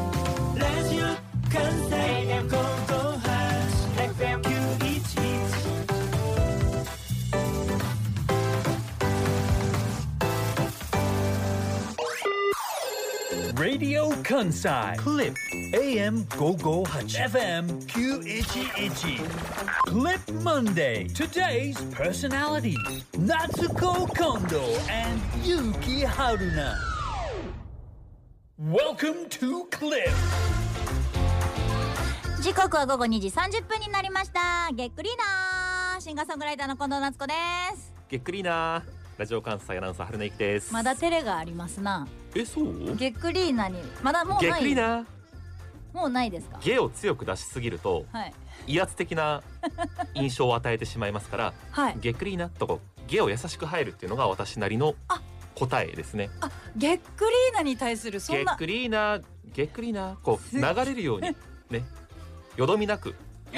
E Radio Kansai Clip AM 558 FM E 911 Clip Monday Today's personality Natsuko Kondo and Yuki Haruna Welcome to Clip 時刻は午後2時30分になりましたげっくりなーシンガーソングライターの近藤夏子ですげっくりなラジオ関西アナウンサー春根幸ですまだテレがありますなえそうげっくりーなにまだもうげっなくりいなもうないですかげを強く出しすぎるとはい威圧的な印象を与えてしまいますから はいげっくりなとこげを優しく入るっていうのが私なりのあ答えですねあげっくりーなに対するそげんっなくりなげっくりなこうす流れるようにねよどみなく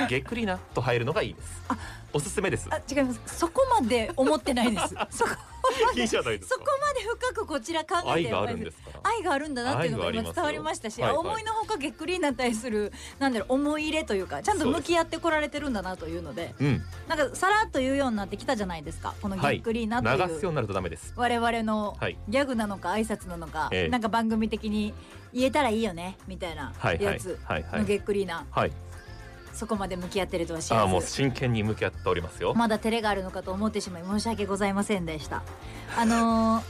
げっくりなと入るのがいいですあおすすめですあ違いますそこまで思ってないです そこいいじゃないですそかこまで深くこちら考え愛てがあはなるいんでですすから愛があるんだなっていうのが愛が今ありますよ伝わりましたし、はいはい思いのほかげっくりーなに対するなんだろう思い入れというかちゃんと向き合ってこられてるんだなというのでうんなんかさらっと言うようになってきたじゃないですかこのぎっくりーなという、流すようになるとダメです我々のはいギャグなのか挨拶なのか、ええなんか番組的に言えたらいいよねみたいなはいはやいつはいはのいげっくりーな、はいそこまで向き合ってるとは知ああらもうず真剣に向き合っておりますよ、まだ照れがあるのかと思ってしまい申し訳ございませんで したあのー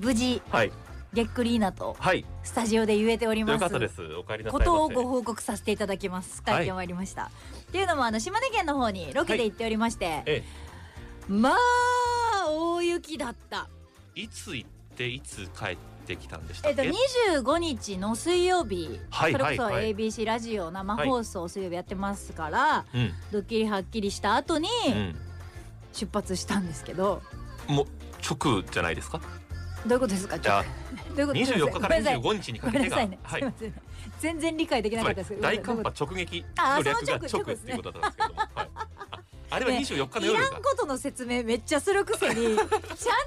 無事はいげっくりーなとはいスタジオで言えておりますよかったですお帰りなさいこませとをご報告させていただきます帰ってまいりました、っていうのもあの島根県の方にロケで行っておりまして、えまあ大雪だったえいつ行っていつ帰ってきたんでしたえっっとけ、 25日の水曜日、はいはいそれこそはい ABC ラジオ生放送水曜日やってますから、うんドッキリはっきりした後にうん出発したんですけど、もう直じゃないですかどういうことですかじゃあどういうこと二十四日ごからめんなさい25日にごかめけんてなさがいね、はすいいません全然理解できつなかまったでりす大ごめ寒んな波さ直撃あの略がその直直っていうことだったんですけども、はい、ああれはね二十四日いのい夜らが、んことの説明めっちゃするくせにちゃん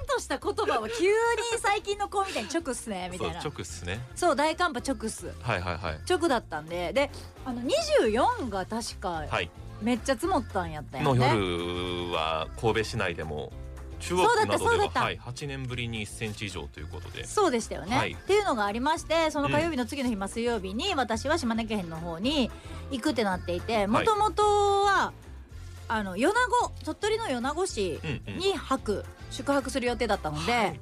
とした言葉は急に最近の子みたいに直っすねみそたういな直っすねそう大寒波直っすはいはいはい直だったんでであの24が確かはいめっちゃ積もったんやったんやのね、夜は神戸市内でも中国などそうでだはったはい8年ぶりに1センチ以上ということでそうでしたよね、はいっていうのがありましてその火曜日の次の日、まあ水曜日に私は島根県の方に行くってなっていてもともとはあの米子鳥取の米子市うんうんに泊、宿泊する予定だったので、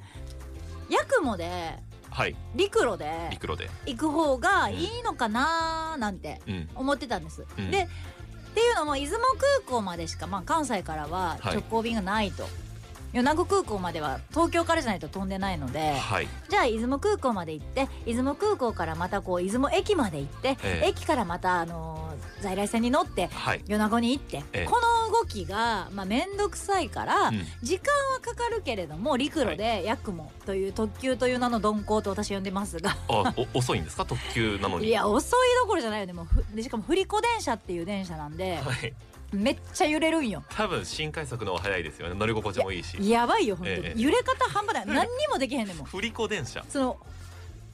八雲ではい陸路で陸路で行く方がいいのかなーなんてうん思ってたんです。うんでっていうのも出雲空港までしか、まあ、関西からははい直行便がないと、米子空港までは東京からじゃないと飛んでないので。はいじゃあ出雲空港まで行って出雲空港からまたこう出雲駅まで行って、ええ駅からまた、あのー在来線に乗ってはい米子に行って、ええこの動きがまあ、めんどくさいから、うん時間はかかるけれども陸路でヤクモという特急という名の鈍行と私呼んでますが あお遅いんですか特急なのにいや遅いどころじゃないよねもうふでしかも振り子電車っていう電車なんではいめっちゃ揺れるんよ。多分新快速の方が早いですよね乗り心地もいいしやばいよ本当に、ええ揺れ方半端ない何にもできへんねんもん振り子電車その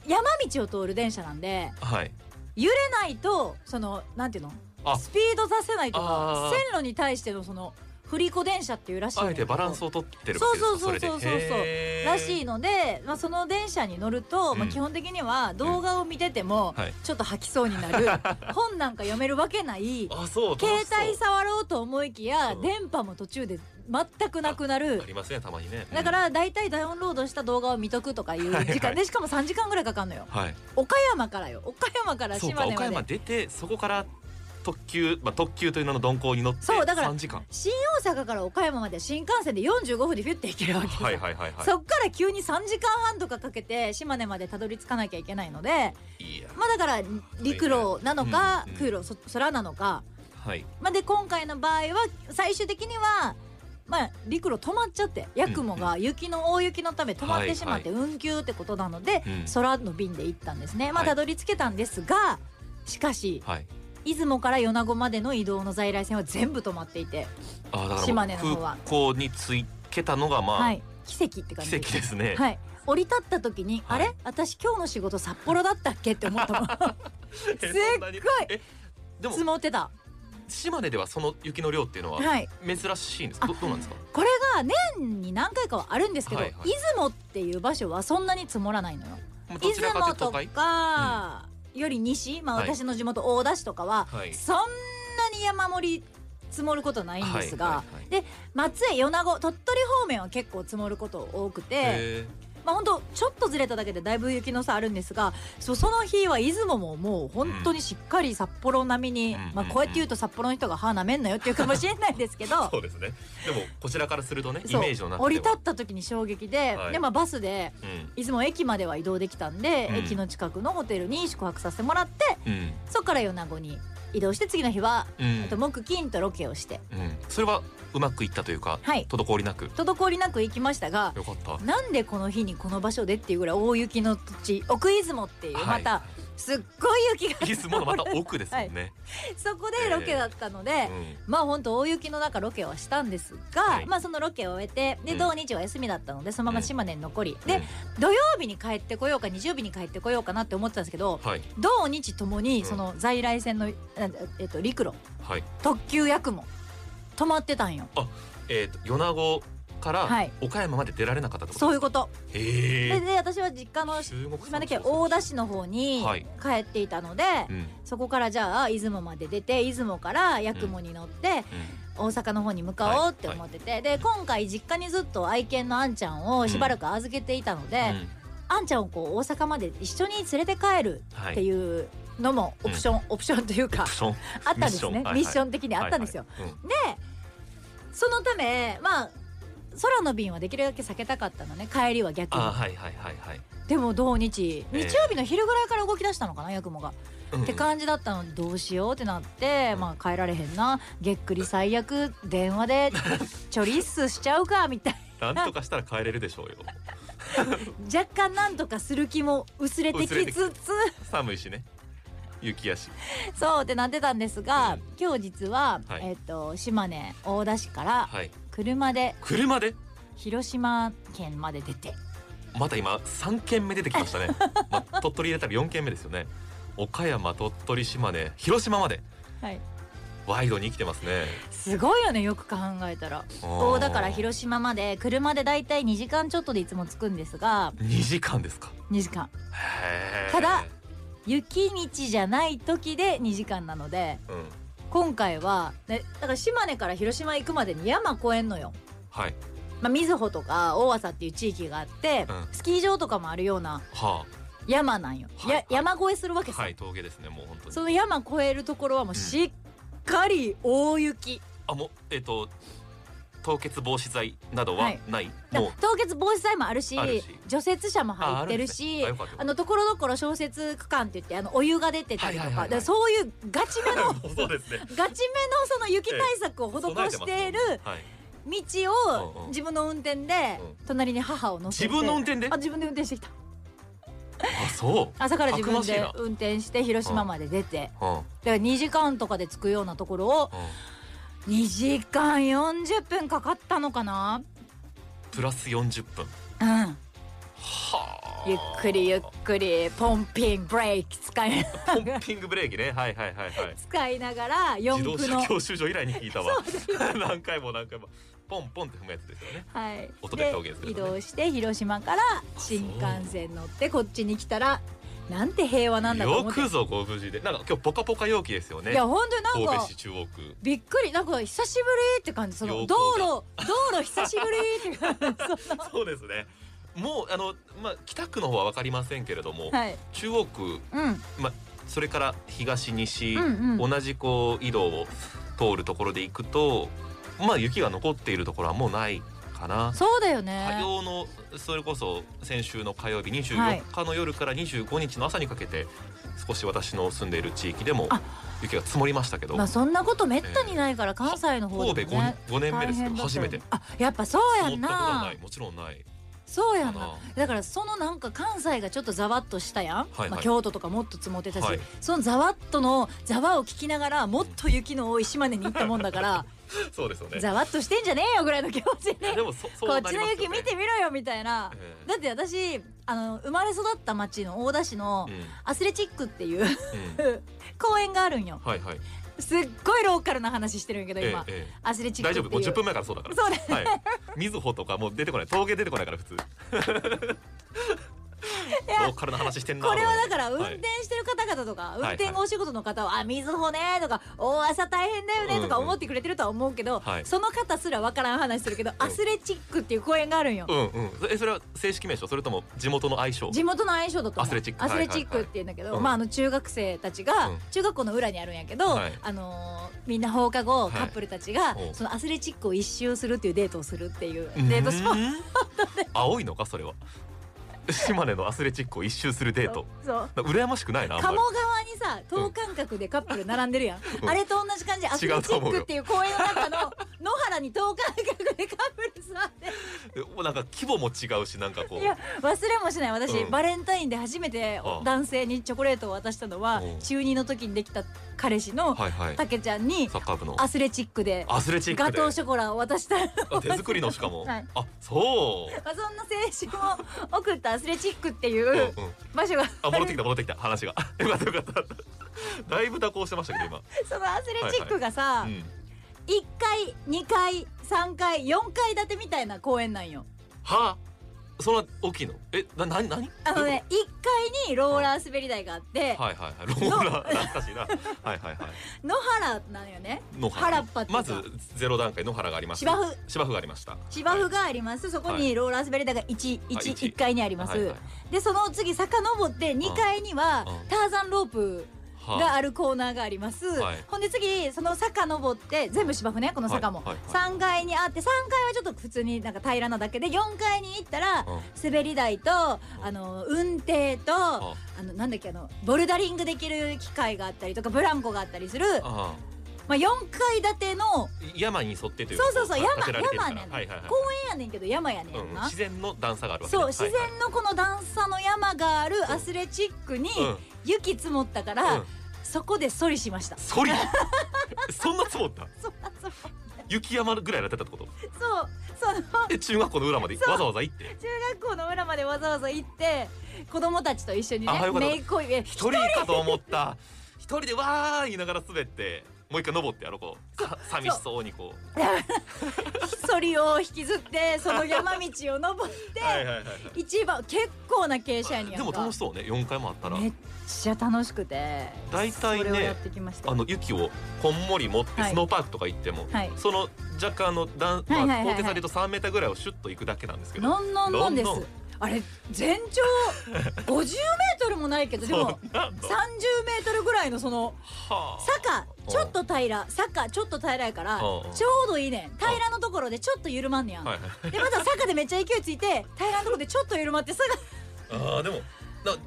山道を通る電車なんではい揺れないとそのなんていうのあスピード出せないとかあー線路に対してのその振り子電車っていうらしいんあだえけてどバランスを取ってるわけですそかうそうそうそうそうれでへーらしいので、まあ、その電車に乗ると、まうあ、ん基本的には動画を見ててもはいちょっと吐きそうにな る、本なんか読めるわけないあそう携帯さ触ろうと思いきやうん電波も途中で全くなくなるありますねたまにねだから大体ダウンロードした動画を見とくとかいうはいは時間いでしかも3時間ぐらいかかんのよはい岡山からよ岡山からそう島か根岡まで山出てそこから特急まあ特急という名の鈍行に乗ってそうだから3時間新大阪から岡山まで新幹線で45分でフィュって行けるわけよはいはいはいはそっから急に3時間半とかかけて島根までたどり着かなきゃいけないのでいいやまあだから陸路なのかうんうん空路そ空なのか、はいまあ、で今回の場合は最終的には、まあ、陸路止まっちゃってヤクモが雪の大雪のため止まってしまって運休ってことなのでうん空の便で行ったんですね。まあ、はいたどり着けたんですがしかしはい出雲から米子までの移動の在来線は全部止まっていて、あだから島根のもう方は空港に着けたのがまあ、はい、奇跡って感じ奇跡ですね、はい、降り立った時に、はいあれ私今日の仕事札幌だったっけって思ったもん え すっそんなにごえでいも積もってた島根ではその雪の量っていうのははい珍しいんです、どどうなんですかこれが年に何回かはあるんですけど、はいはい出雲っていう場所はそんなに積もらないのよもうど出ちら雲かというとと都会かより西、まあ、はい私の地元大田市とかは、はいそんなに山盛り積もることないんですが、はいはいはいで松江米子鳥取方面は結構積もること多くて、へまあ本当ちょっとずれただけでだいぶ雪の差あるんですがそうその日は出雲ももう本当にしっかり札幌並みに、うんまあ、こうやって言うと札幌の人が歯なめんなよっていうかもしれないですけどー そうですねでもこちらからするとねイそうメージの中では降り立った時に衝撃で、はいでまあバスでうん出雲駅までは移動できたんで、うん駅の近くのホテルに宿泊させてもらってうんそこから米子に移動して次の日は、うんあと木金とロケをしてうんそれはうまくいったというかはい滞りなく滞りなく行きましたがよかった なんでこの日にこの場所でっていうぐらい大雪の土地奥出雲っていう、はいまたすっごい雪が出雲のまた 奥ですもんね、そこでロケだったので、うんまあ本当大雪の中ロケはしたんですが、はいまあそのロケを終えてでうん土日は休みだったのでそのまま島根に残り、うでん土曜日に帰ってこようか日曜日に帰ってこようかなって思ってたんですけどはい土日ともうにんその在来線の、あえっと、陸路はい特急やくも止まってたんよえっ、と米子からはい岡山まで出られなかったってことそういうこと。へえでで私は実家の中国島根県大田市の方にはい帰っていたので、うんうんそこからじゃあ出雲まで出て出雲から八雲に乗って大阪の方に向かおうって思ってて、で今回実家にずっと愛犬のあんちゃんをしばらく預けていたので、うんあんちゃんをこう大阪まで一緒に連れて帰るはっていうのもオプション、オプションというオかプションあったんですねミッションはいはいミッション的にあったんですよ。はいはいうんそのためまあ空の便はできるだけ避けたかったのね帰りは逆にあーはいはいはいはい、でも土日え日え曜日の昼ぐらいから動き出したのかなヤクモが、うんって感じだったのでどうしようってなって、うんまあ帰られへんなげっくり最悪電話 でチョリッスしちゃうかみたい なんとかしたら帰れるでしょうよな若干なんとかする気も薄れて薄れきてきつつ寒いしね雪やしそうってなってたんですが、うん今日実は、はいえっと島根大田市からはい車で車で広島県まで出てまた今三件目出てきまし たね、まあ、鳥取入れたら四件目ですよね岡山鳥取島根広島まではいワイドに生きてますねすごいよねよく考えたら大田から広島まで車でだいたい2時間ちょっとでいつも着くんですが二時間ですか2時間へーただ雪道じゃない時で2時間なのでうん今回はねだから島根から広島行くまでに山越えんのよ。はいまあ、瑞穂とか大麻っていう地域があって、うんスキー場とかもあるようなは山なんよ、はいやはい山越えするわけあさ、はい峠ですねもう本当そにの山越えるところはもうしっかり大雪、あもうえっ、と凍結防止剤などははいない、だもう凍結防止剤もあるしあるし除雪車も入ってるしああるんですねあよかったよかったあのところどころ小雪区間って言ってあのお湯が出てたりとか,、はいはいはいはいだからそういうガチめのそうですねガチめのその雪対策を施している備えてますもんはい道うんうをん自分の運転でうん隣に母を乗せて自分の運転であ自分で運転してきたあそ朝から自分たくましいでな運転して広島まで出てううんうんだから2時間とかで着くようなところを2時間40分かかったのかなプラス40分うんはあゆっくりゆっくりポンピングブレーキ使いポンピングブレーキねはいはいはいはい使いながら自4動駆車の教習所以来に聞い たわ何回も何回もポンポンって踏むやつですよねはい音で表現する移のね動して広島から新幹線乗ってこっちに来たらなんて平和なんだとよ思ってくぞご無事でなんか今日ポカポカ陽気ですよいねや本当に神なん戸か市中央区びっくりなんか久しぶりって感じその陽道光路が道路久しぶりって 感じそのそうですねもうあのまあ北区の方は分かりませんけれども、はい中央区うんそれから東西、うんうん同じこう移動を通るところで行くとまあ雪が残っているところはもうないかなそうだよ火ね曜のそれこそ先週の火曜日はい24日の夜から25日の朝にかけて少し私の住んでいる地域でもあ雪が積もりましたけど、まあそんなことめったにないから関西の方神戸でも 5, ね年目ですけ大変どだった初よめねてあやっぱそうや積んもったことはなないもちろんないそうやんかななだからそのなんか関西がちょっとざわっとしたやん、いはいまあ、京都とかもっと積もってたし、はいそのざわっとのざわを聞きながらもっと雪の多い島根に行ったもんだからそうですよ ねざわっとしてんじゃねえよぐらいの気持ちで、でもそそうこっなちりまのすよね雪見てみろよみたいな。ええだって私あの生まれ育った町の大田市のうんうんアスレチックっていう 公園があるんよはいはいすっごいローカルな話してるんやけどえ今、ええアスレえチックっ大てい丈う夫50分前からそうだからそうねはいみずほとかもう出てこない峠出てこないから普通ローカルな話してんなこれはだから運はい転してる方々とか、い運転がお仕事の方は「あみずほね」とか「お朝大変だよね」とか思ってくれてるとは思うけど、はいその方すらわからん話するけど、んアスレチックっていう公園があるんよ。うんうんえそれは正式名称それとも地元の愛称地元の愛称だと思うアスレチックアスレチックって言うんだけど、はいはいはいまあ、あの中学生たちが、うん中学校の裏にあるんやけど、はいあのーみんな放課後、いカップルたちがおうそのアスレチックを一周するっていうデートをするっていうデートスポーうーん青いのかそれは島根のアスレチックを一周するデーツトそうなんか羨ましくないなあんま鴨り川にさ等間隔でカップル並んでるやん、うんあれと同じ感じでアスレチックっていう公園の中の野原に等間隔でカップル座ってえもうなんか規模も違うしなんかこういや忘れもしない私、うんバレンタインで初めてああ男性にチョコレートを渡したのはうん中2の時にできた彼氏のはいはいたけちゃんにサッカー部のアスレチックでアスレチックガでトーショコラを渡したあ手作りのしかも、はいあそ、まあそんな青春を送ったアスレチックっていううんうんう、場所があ戻ってきた戻ってきた話が よかったよかっただいぶ蛇行してましたけど今、そのアスレチックがさ、うん、一階二階三階四階建てみたいな公園なんよはあそんな大きいのえななになにあのね一階にローラー滑り台があって、はいはいはいローラ ー懐かしいなはいはいはい野原なのよね野原っぱっていうかまずゼロ段階野原がありました芝生芝生がありました芝生があります、そこはにローラー滑り台が1、一一一階にあります、はいはいでその次遡って2階にはうんターザンロープはがあるコーナーがあります、はいほんで次その坂登って全部芝生ねこの坂も、はいはいはい3階にあって3階はちょっと普通になんか平らなだけで4階に行ったらうん滑り台とあの運転とあのなんだっけあのボルダリングできる機械があったりとかブランコがあったりするあまあ、4階建てのあ山に沿ってというそうそうそうこ山建てられてるから山ねんなはいはいはい公園やねんけど山やねんな、うんうん自然の段差があるわけそねうはい自然のこの段差の山があるアスレチックにはいうん雪積もったかうらんそこでソリしましたソリ そんな積もったそうそう雪山ぐらいだったってことそうそのえ中学校の裏までわざわざ行って学校の裏までわざわざ行って子供たちと一緒にねあよかっためいっ子いえ一人かと思った一人でわー言いながら滑ってもう一回登ってやろうこうさ寂しそうにこうソリを引きずってその山道を登っ はいてはいはいはい一番結構な傾斜やねんでも楽ししそうね4回もあったらめっちゃ楽しくて大体ねそれをやってきましたあの雪をこんもり持ってはいスノーパークとか行っても、はいその若干あの段、はまいはいあ、はいは高い低差で言うと3メーターぐらいをシュッと行くだけなんですけど、のんのんのんですのんのんあれ全長50メートルもないけどでそうもなんだ30メートルぐらいのそのはあ坂ちょっと平ら坂ちょっと平らやからちうんょうんうどいいねん平らのところでちょっと緩まんねやんはいはい、でまた坂でめっちゃ勢いついて平らのところでちょっと緩まって坂っあーでも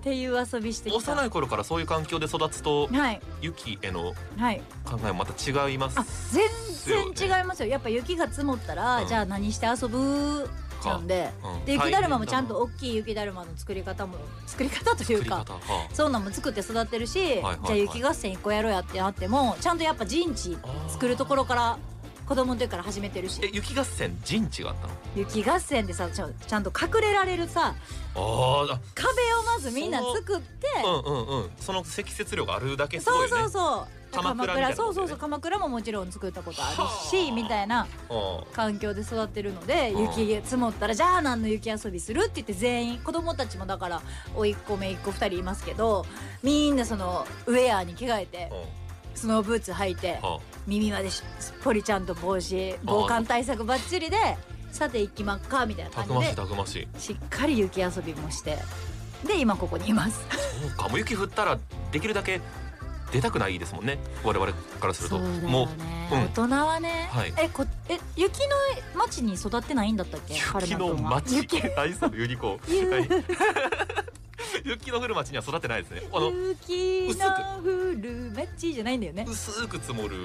ていう遊びしてきた幼はい頃からそういう環境で育つとい雪へのはい考えもまた違いますあ全然違いますよやっぱ雪が積もったら、うんじゃあ何して遊ぶなんでうんで大雪変だるまもちゃんとな大きい雪だるまの作り方も作り方とい作うりか方はそんなんも作って育ってるし、いはいはいじゃあ雪合戦一個やろうやってなってもちゃんとやっぱ陣地あー作るところから子供の時から始めてるしえ雪合戦陣地があったの雪合戦でさちゃんちゃんと隠れられるさあーあ壁をまずみんな作ってうんうんうんその積雪量があるだけすそごういよそうねそう鎌倉みたいなもんだよねそうそうそう鎌倉ももちろん作ったことあるはしあみたいなあ環境で育ってるのでうん雪積もったらじゃあ何の雪遊びするって言って全員子供たちもだから甥いっ子姪っ子2人いますけどみんなそのウェアに着替えてーうんスノーブーツ履いては耳までしすっぽりちゃんと帽子防寒対策ばっちりでさて行きまっかみたいなあた感くましいじでたくましいしっかり雪遊びもしてで今ここにいますそうかもう雪降ったらできるだけ出たくないですもんね我々からするそとうだよもうね、うん大人はね、はいえこえ雪の町に育ってないんだったっけ雪の町雪雪大好きユニコ ーンはい雪の降る町には育ってないですねあの雪の降る町じゃないんだよね薄く積もる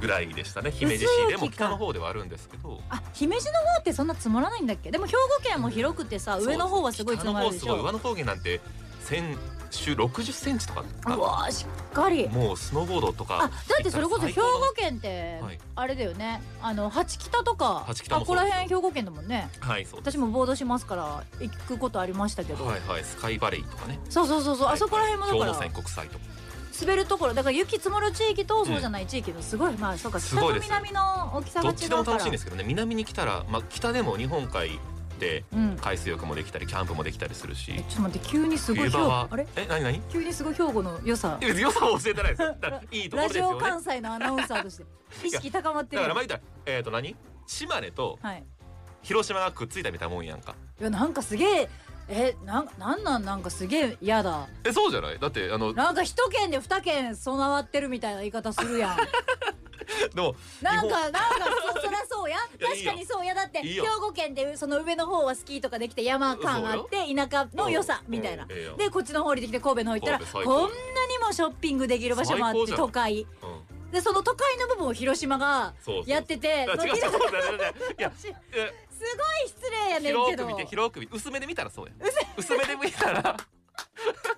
ぐらいでしたね姫路市でも薄い雪か北の方ではあるんですけどあ姫路の方ってそんな積もらないんだっけでも兵庫県も広くてさ、上の方はすごい積もるでし北の方すごい上ょ野高原なんて先週60センチとかうわーしっかりもうスノーボードとあかだってそれこそ兵庫県ってはいあれだよねあの八北とか八北もあこそうですよら辺兵庫県だもんねはいそうで私もボードしますから行くことありましたけすど、はいはいスカイバレーとかねそうそうそうそう、あそこら辺もだはいかはらい兵庫線国際とか滑るところだから雪積もる地域とそうじゃない地域のすごい、まあそうかす北ごといです南の大きさどがっ違ちうでもか楽しらいんですけどね南に来たら、まあ、北でも日本海ってうん海水浴もできたりキャンプもできたりするえしちょっと待って急にすごい兵冬場庫はあれえ何 何急にすごい兵庫の良さいや良さを教えてないですよ だからいいところラですジよオね関西のアナウンサーとして意識高まってだるやからんまあ言ったらえっ、と何島根とはい広島がくっついたみたいなもんやんかいやなんかすげええなんなんなんなんかすげえ嫌だえそうじゃないだってあのでなんか一県で二県備わってるみたいな言い方するや んもなんかなんかそそりゃそうやいや確かにそうやだっていい兵よ庫県でその上の方はスキーとかできて山間あって田舎の良さみたいなうんええやんでこっちの方降りてきて神戸の方行ったら神戸最こ高んなにもショッピングできる場所もあっ最て高じゃん都会うんでその都会の部分を広島がそうそうやってていや違う違う違う違う いやすごいえ失礼やねん広けくど見て広く見て薄めで見たらそうや薄めで見たら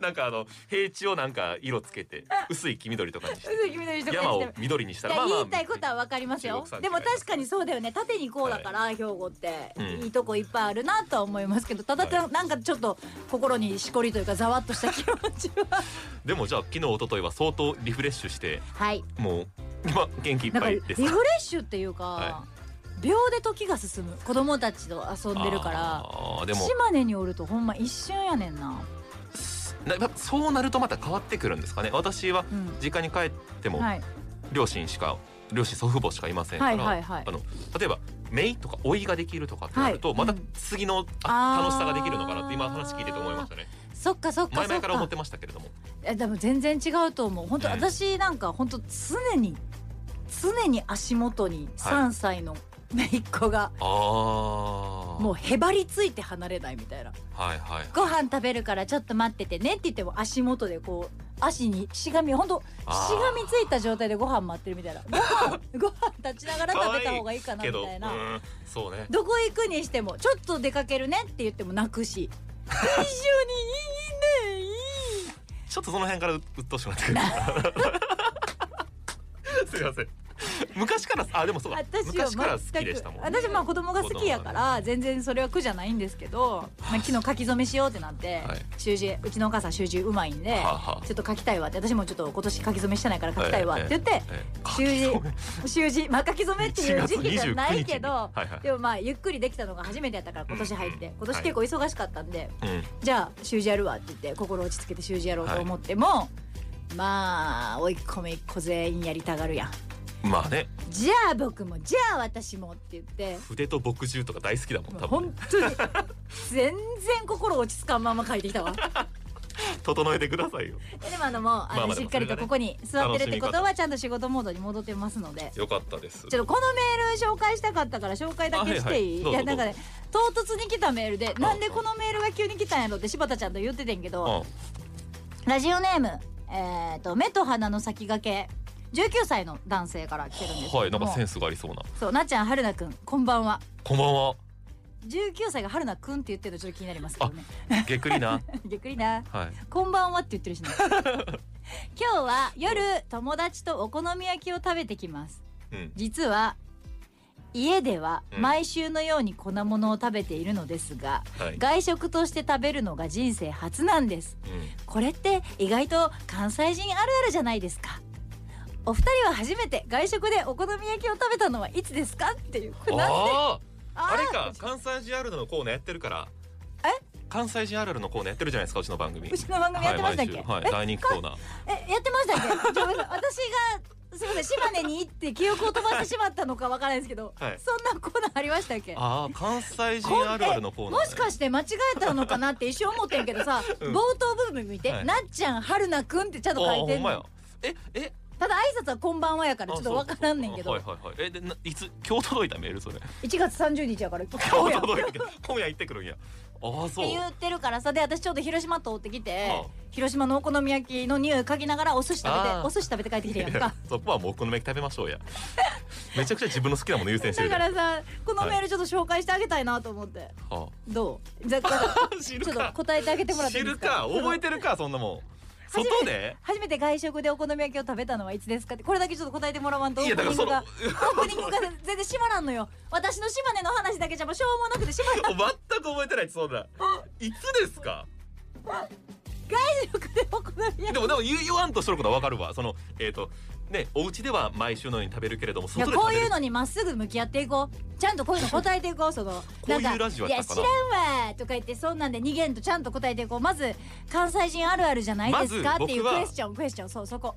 なんかあの平地をなんか色つけて薄い黄緑とかにして薄い君の人山を緑にしたらまあまあ言いたいことはわかりますよ中国産でも確かにそうだよね縦にこうだから、兵庫って、うんいいとこいっぱいあるなとは思いますけどただただなんかちょっと心にしこりというかざわっとした気持ち はでもじゃあ昨日一昨日は相当リフレッシュしてはいもう今元気いっなんぱかリいフレですッシュっていうか、は秒で時が進む子供たちと遊んでるからあーでも島根におるとほんま一瞬やねんな、なやっぱそうなるとまた変わってくるんですかね私はうん実家に帰ってもはい、両親しか両親祖父母しかいませんかはら、いはいはいあの例えば姪とか甥いができるとかってなると、はいまたうん次の、ああー楽しさができるのかなって今話聞いてて思いましたねそっかそっか前そっ々から思かってましたけれどもえでも全然違うと思う本当、うん私なんか本当常に常に足元に3歳の姪っ子がああもうへばりついて離れないみたいなはいはいご飯食べるからちょっと待っててねって言っても足元でこう足にしがみほんとしあーがみついた状態でご飯待ってるみたいなご 飯ご飯立ちながら食べた方がいいかなけみど、う、たいなんそうねどこ行くにしてもちょっと出かけるねって言っても泣くし 一緒にいいねいいちょっとその辺からううっとうしくなってくる すいません昔からあでもそうだ私は昔から好きでしたもん、全く私まあ子供が好きやかはら全然それは苦じゃないんですけど、まあ、昨日書き初めしようってなって、はい習字うちのお母さん習字うまいんで、あはあちょっと書きたいわって私もちょっと今年書き初めしてないから書きたいわって言って、え習字習字まあ書き初めっていう時期じゃないけ1ど 月29日にはいはいでもまあゆっくりできたのが初めてやったから今年入って、うん今年結構忙しかったんで、うんじゃあ習字やるわって言って心落ち着けて習字やろうと思っても、まあ追い込め一個全員やりたがるやん。まあねじゃあ僕もじゃあ私もって言って筆と墨汁とか大好きだもん多分本当に全然心落ち着かんまま書いてき たわ整えてくださいよでもあのもうあの、まあまあしっかりとここに座ってるってことはちゃんと仕事モードに戻ってますのでよかったですちょっとこのメール紹介したかったから紹介だけしていい、あはいはやいなんかね唐突に来たメールでんなんでこのメールが急に来たんやろって柴田ちゃんと言っててんけど、うんラジオネーム、えー、と目と鼻の先駆け19歳の男性から来てるんですけども、はいなんかセンスがありそうなそうなっちゃん春菜くんこんばんはこんばんは19歳が春菜くんって言ってるのちょっと気になりますけどねげっく りなゆっくりなはいこんばんはって言ってるしね 今日は夜友達とお好み焼きを食べてきますうん実は家ではうん毎週のように粉物を食べているのですが、はい外食として食べるのが人生初なんですこれって意外と関西人あるあるじゃないですかお二人は初めて外食でお好み焼きを食べたのはいつですかっていうこうれ んなんあああーあれか関西人あるあるのコーナーやってるからえ関西人あるあるのコーナーやってるじゃないですかうちの番組うちの番組やってましたっけ、はい、毎週はい、大人気コーナーえやってましたっけ ちょ私がすみません島根に行って記憶を飛ばしてしまったのかわからないですけど、はいそんなコーナーありましたっけああ関西人あるあるのコーナーもしかして間違えたのかなって一瞬思ってんけどさ、 うん冒頭部分見て、はいなっちゃん春菜くんってちゃんとああ書いほてんんまのやええただ挨拶はこんばんはやからちょっとわからんねんけど、あそうそうそうはいはいはいえでないつ今日届いたメールそれ1月30日やから今今日日やって届いたけど今夜行ってくるんやああそう言ってるからさで私ちょうど広島通ってきて、ああ広島のお好み焼きの匂い嗅ぎながらお寿司食べてああお寿司食べて帰ってきてやんいやか。そこはもうお好み焼き食べまし ょうやめちゃくちゃ自分の好きなもの優 先してだるじかゃんらさこのメールちょっと紹介してあげたいなと思って。はどうじゃあちあ知ょっと答えてあげてもらってい知いでるすかか覚えてるかそん なもん初めて外で初めて外食でお好み焼きを食べたのはいつですかってこれだけちょっと答えてもらわんとオいーやプだニからングそのがオープニングが全然閉まらんのよ私の島根の話だけじゃもうしょうもなくて島根全く覚えてないそんないつですか外食でお好み焼 でもでも言う言わんとしとることはわかるわそのえっ、とねお家では毎週のように食べるけれどもいや外でこ食うべいるうのにまっすぐ向き合っていこうちゃんとこういうの答えていこうそのこういうなんラジオいややった知からなんわ」とか言ってそんなんで逃げんとちゃんと答えていこうまず関西人あるあるじゃないですかまずっていう僕クはエスチョンクエスチョンそうそこ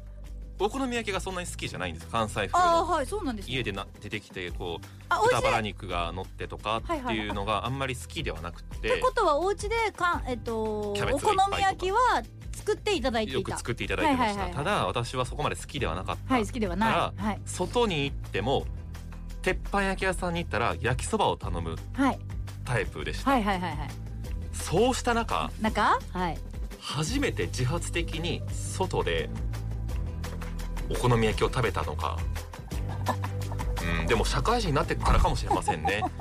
お好み焼きがそんなに好きじゃないんです関西風ああのはいそうなんです家でな出てきてこうあお家豚でバっラ肉が乗ってとかっていうのがあんまり好きではなくててことはお家でかんえっとキャベおツがいっぱい好み焼きは作っていただいてよいたく作っていただいてましはたいはいはただ私はそこまで好きではなかったはい好きではないはい外に行っても鉄板焼き屋さんに行ったら焼きそばを頼むはいタイプでしたはいはいはいはいそうした中なんかはい初めて自発的に外でお好み焼きを食べたのか、うん、でも社会人になってからかもしれませんね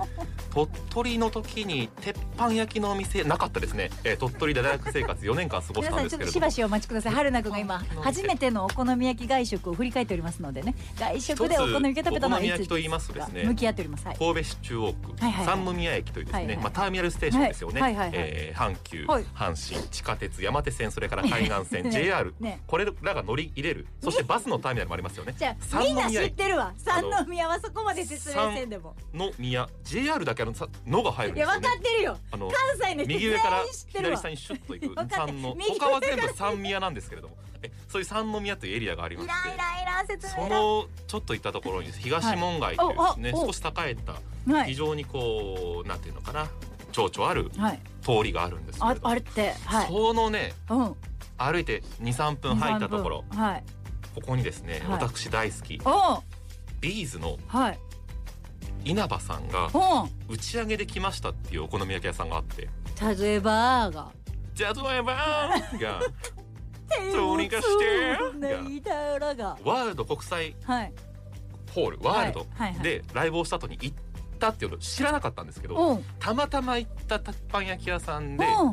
鳥取の時に鉄板焼きのお店なかったですね、えー鳥取で大学生活4年間過ごし皆たさんんでちょすっけとしばれどもしお待ちください春菜くんが今初めてのお好み焼き外食を振り返っておりますのでね外食でお好み焼き食べたのはいつ一つお好み焼きと言いますとですね向き合っておりますはい神戸市中央区、はいはいはい三宮駅というですね、はいはいまあ、ターミナルステーションですよね、はいはいはいはいえー阪急、はい阪神地下鉄山手線それから海岸線ね JR ねこれらが乗り入れるそしてバスのターミナルもありますよねじゃあ三みん宮な駅知ってるわあ三の宮はそこまで説明せんでもの宮 JR だけあのさのが入るんいですやよ分ねかってるよあの関西の人右全員上から知ってる 左わ下にシュッと行分かっくて三の右上他は全部三宮なんですけれどもえそういう三宮というエリアがありイまラしイてライラ説そ明だのちょっと行ったところに東門街というですね、はいおおお少し栄えたは非い常にこうなんていうのかな情緒あるはい通りがあるんですけれあどあれってはいそのねうん歩いて23分入ったところ二三分はいここにですね、はい私大好きおうビーズのはい稲葉さんがおう打ち上げで来ましたっていうお好み焼き屋さんがあって例えばが「じゃあどうやばーん!」がどうにかしていたらがワールド国際はいホールワールドはいはいはいでライブをした後に行ったっていうの知らなかったんですけどおうたまたま行った鉄板焼き屋さんでおう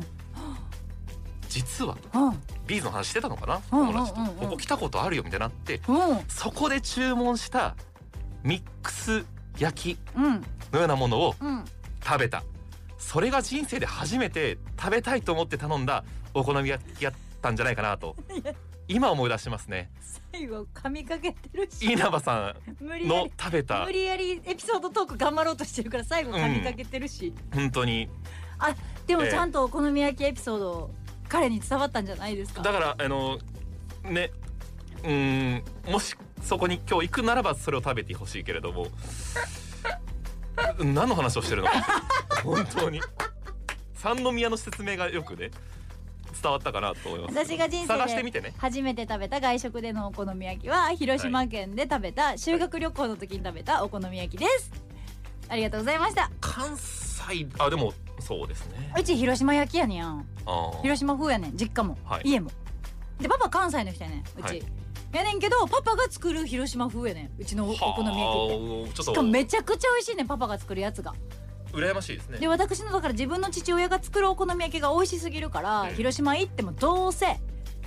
実はおうビーズの話してたのかなうん友達とうんうんうんここ来たことあるよみたいになってうんそこで注文したミックス焼きうんのようなものをうん食べたそれが人生で初めて食べたいと思って頼んだお好み焼きやったんじゃないかなと今思い出しますね最後噛みかけてるし稲葉さ無ん理やのり食べた無理やりエピソードトーク頑張ろうとしてるから最後噛みかけてるし、本当にでもええちゃんとお好み焼きエピソードを彼に伝わったんじゃないですかだからあのねうーんもしそこに今日行くならばそれを食べてほしいけれども 何の話をしてるの か本当に三宮の説明がよくね伝わったかなと思います私が人探して生みでてね初めて食べた外食でのお好み焼きは広島県で食べた修学旅行の時に食べたお好み焼きですありがとうございました関西あでもそうですねうち広島焼きやねやんあー広島風やねん実家も、はい家もでパパ関西の人やねんうち、はいやねんけどパパが作る広島風やねんうちのおお好み焼きってはあちしょっかともめちゃくちゃ美味しいねんパパが作るやつが羨ましいですでね私のだから自分の父親が作るお好み焼きが美味しすぎるから、うん広島行ってもどうせ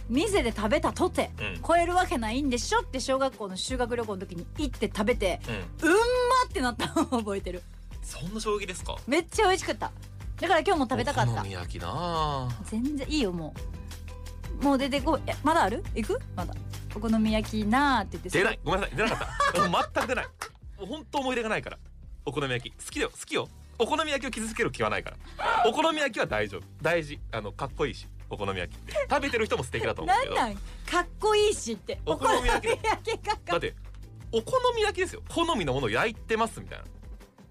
店で食べたとてうん超えるわけないんでしょって小学校の修学旅行の時に行って食べてうんうんまってなったのを覚えてるそんな衝撃ですかめっちゃ美味しかっただから今日も食べたかっおた好み焼きなあ全然いいよもうもう出てこいえまだある行くまだお好み焼きなーって言って出ないごめんなさい出なかったもう全く出ないもう本当思い出がないからお好み焼き好きだよ好きよお好み焼きを傷つける気はないからお好み焼きは大丈夫大事あのかっこいいしお好み焼きって食べてる人も素敵だと思うなけんどなんかっこいいしってお好み焼きお好み焼きがだかっってお好み焼きですよ好みのものを焼いてますみたい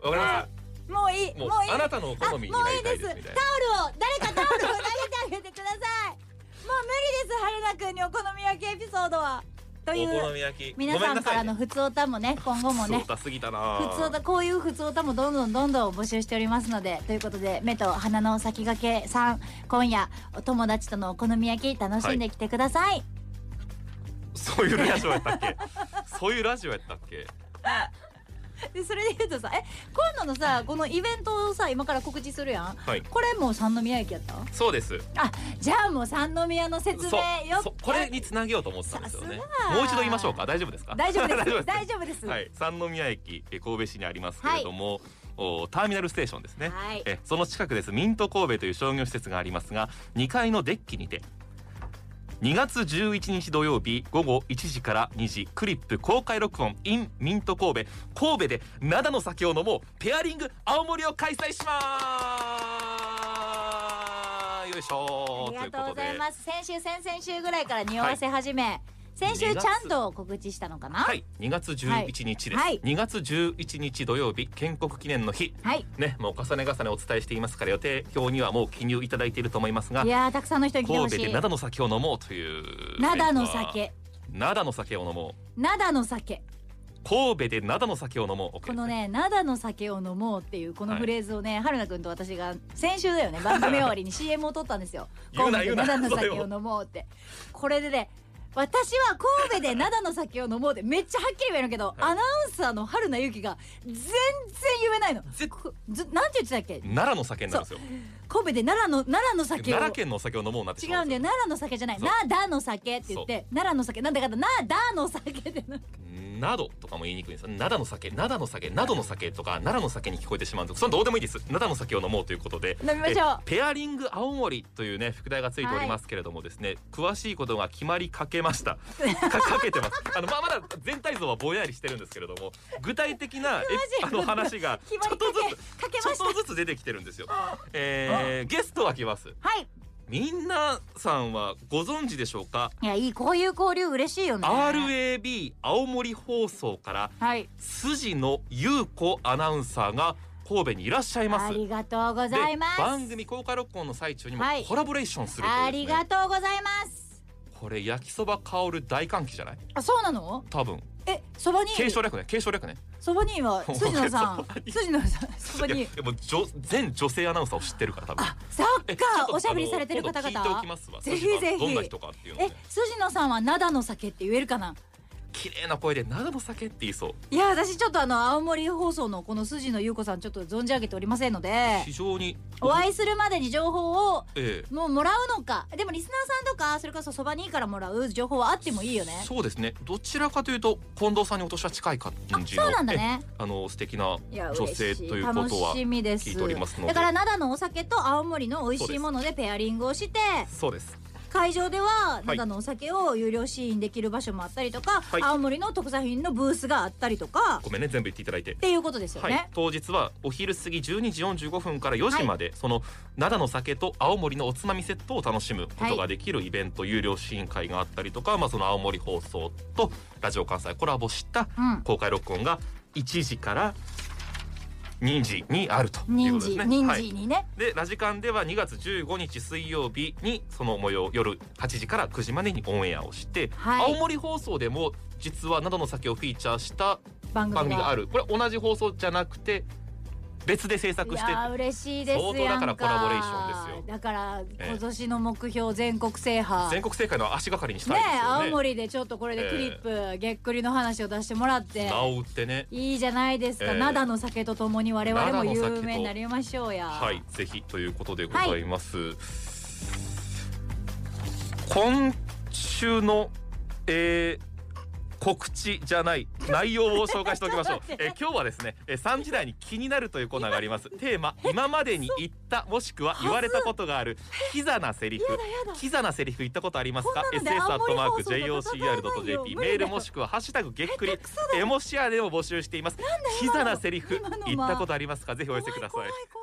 なわかもういいりますももうういいあなたのお好みになりたいですみたいなタオルを誰かタオルを投げてあげてくださいもう無理です春菜くんにお好み焼きエピソードはといお好うみ焼き皆さんからのご普通おたもね今後めんなもさいねね普通歌すぎたな普通おたこういう普通おたもどんどんどんどん募集しておりますのでということで目と鼻の先駆けさん今夜お友達とのお好み焼き楽しんできてください、そういうラジオやったっけそういうラジオやったっけでそれで言うとさえ今度のさこのイベントをさ今から告知するやんはいこれもう三宮駅やったそうですじゃあもう三宮の説明よっそうこれにつなげようと思ってたんですよねさすがもう一度言いましょうか大丈夫ですか大丈夫です 大大丈夫です、はい、三宮駅え神戸市にありますけれども、おターミナルステーションですね、はいえその近くですミント神戸という商業施設がありますが2階のデッキにて2月11日土曜日午後1時から2時クリップ公開録音 in ミント神戸神戸で灘の酒を飲もうペアリング青森を開催しますよいしあょりがことうございでます先週先々週ぐらいから匂わせ始め、先週ちゃんと告知したのかなははい、い2月11日です、はい2月11日土曜日建国記念の日ねもう重ね重ねお伝えしていますから予定表にはもう記入いただいていると思いますがい、やーたくさんの人に来てほ神しい戸で灘の酒を飲もうという灘の酒灘の酒を飲もう灘の酒神戸で灘の酒を飲もう OK この ね灘の酒を飲もうっていうこのはいフレーズをね、春菜くんと私が先週 だよね番組終わりに CM を撮ったんですよ言うな神戸で言うな灘の酒それをを飲もうってこれでね私は神戸で灘の酒を飲もうってめっちゃはっきり言えるけど、アナウンサーの春菜ゆきが全然言えないのぜこずなんて言ってたっけ奈良の酒になるんですよ神戸で奈良の奈良の酒を奈良県のお酒を飲もうになって違しまううんんでだすよよ奈良の酒じゃないそうなだの酒って言って奈良の酒なんだかんだなだの酒でなんかなどとかも言いにくいんですよ灘の酒灘の酒などの酒とか奈良の酒に聞こえてしまうんですそれはどうでもいいです灘の酒を飲もうということで飲みましょうえペアリング青森というね副題がついておりますけれどもですね、詳しいことが決まりかけま したかかけてますあのまあまだ全体像はぼんやりしてるんですけれども具体的なえ詳しいこあとがの話がち決まりかょっとずけつかけちょまっしたとずつ出てきてるんですよ、えー、ゲストは来ますはいみんなさんはご存知でしょうかいやいいこういう交流嬉しいよね RAB 青森放送からはい筋野優子アナウンサーが神戸にいらっしゃいまあす。りがとうごでざいます番組公開録音の最中にもはいコラボレーションするというですね、ありがとうございますこれ焼きそば香る大歓喜じゃないあそうなの多分えそばに継承略ね継承略ねそばには辻野さん辻野さんそばいにやでも女全女性アナウンサーを知ってるから多分あそっちょっかとおしゃべりされてるあの方今度聞いてお々きますわぜひ辻野さぜんひどんな人かっていうのをえね辻野さんは灘の酒って言えるかな綺麗な声で何でも酒って言いそういや私ちょっとあの青森放送のこの筋野優子さんちょっと存じ上げておりませんので非常にお会いするまでに情報をええもうもらうのかでもリスナーさんとかそれこそそばにいいからもらう情報はあってもいいよねそうですねどちらかというと近藤さんにお年は近い感じのそうなんだねええあの素敵ないや女性嬉しいということは楽しみです聞いておりますのでだから灘のお酒と青森の美味しいものでペアリングをしてそうです会場ではい灘のお酒を有料試飲できる場所もあったりとか、はい青森の特産品のブースがあったりとかっごめんね全部言っていただいてていうことですよはね、い、当日はお昼過ぎ12時45分から4時まで、その灘の酒と青森のおつまみセットを楽しむことができるイベント、有料試飲会があったりとか、まあ、その青森放送とラジオ関西コラボしたうん公開録音が1時から2時にあるということですね。人は参いにね、でラジカンでは2月15日水曜日にその模様夜8時から9時までにオンエアをして、はい青森放送でも実は灘の酒をフィーチャーした番組が番組があるこれ同じ放送じゃなくて別で制作していやー嬉しいですやんか相当だからコラボレーションですよだからええ今年の目標全国制覇全国正解の足がかりにしたねいですえよね青森でちょっとこれでクリップ、げっくりの話を出してもらってなおってねいいじゃないですか、ええ灘の酒とともに我々も灘の酒と有名になりましょうやはいぜひということでございます、今週の、えー告知じゃない内容を紹介しておきましょう ちょっと待ってえー今日はですね、えー、3時台に気になるというコーナーがあ りますテーマ今までに言ったもしくは言われたことがあるキザなセリフやだやだキザなセリフ言ったことありますかこんなの s で s 青森放送と j o c r 戦えないよ j p 無理だメよールもしくはハッシュタグげっくりエモシアでも募集していますキザなセリフ今のは言ったことありますかぜひお寄せください怖い怖い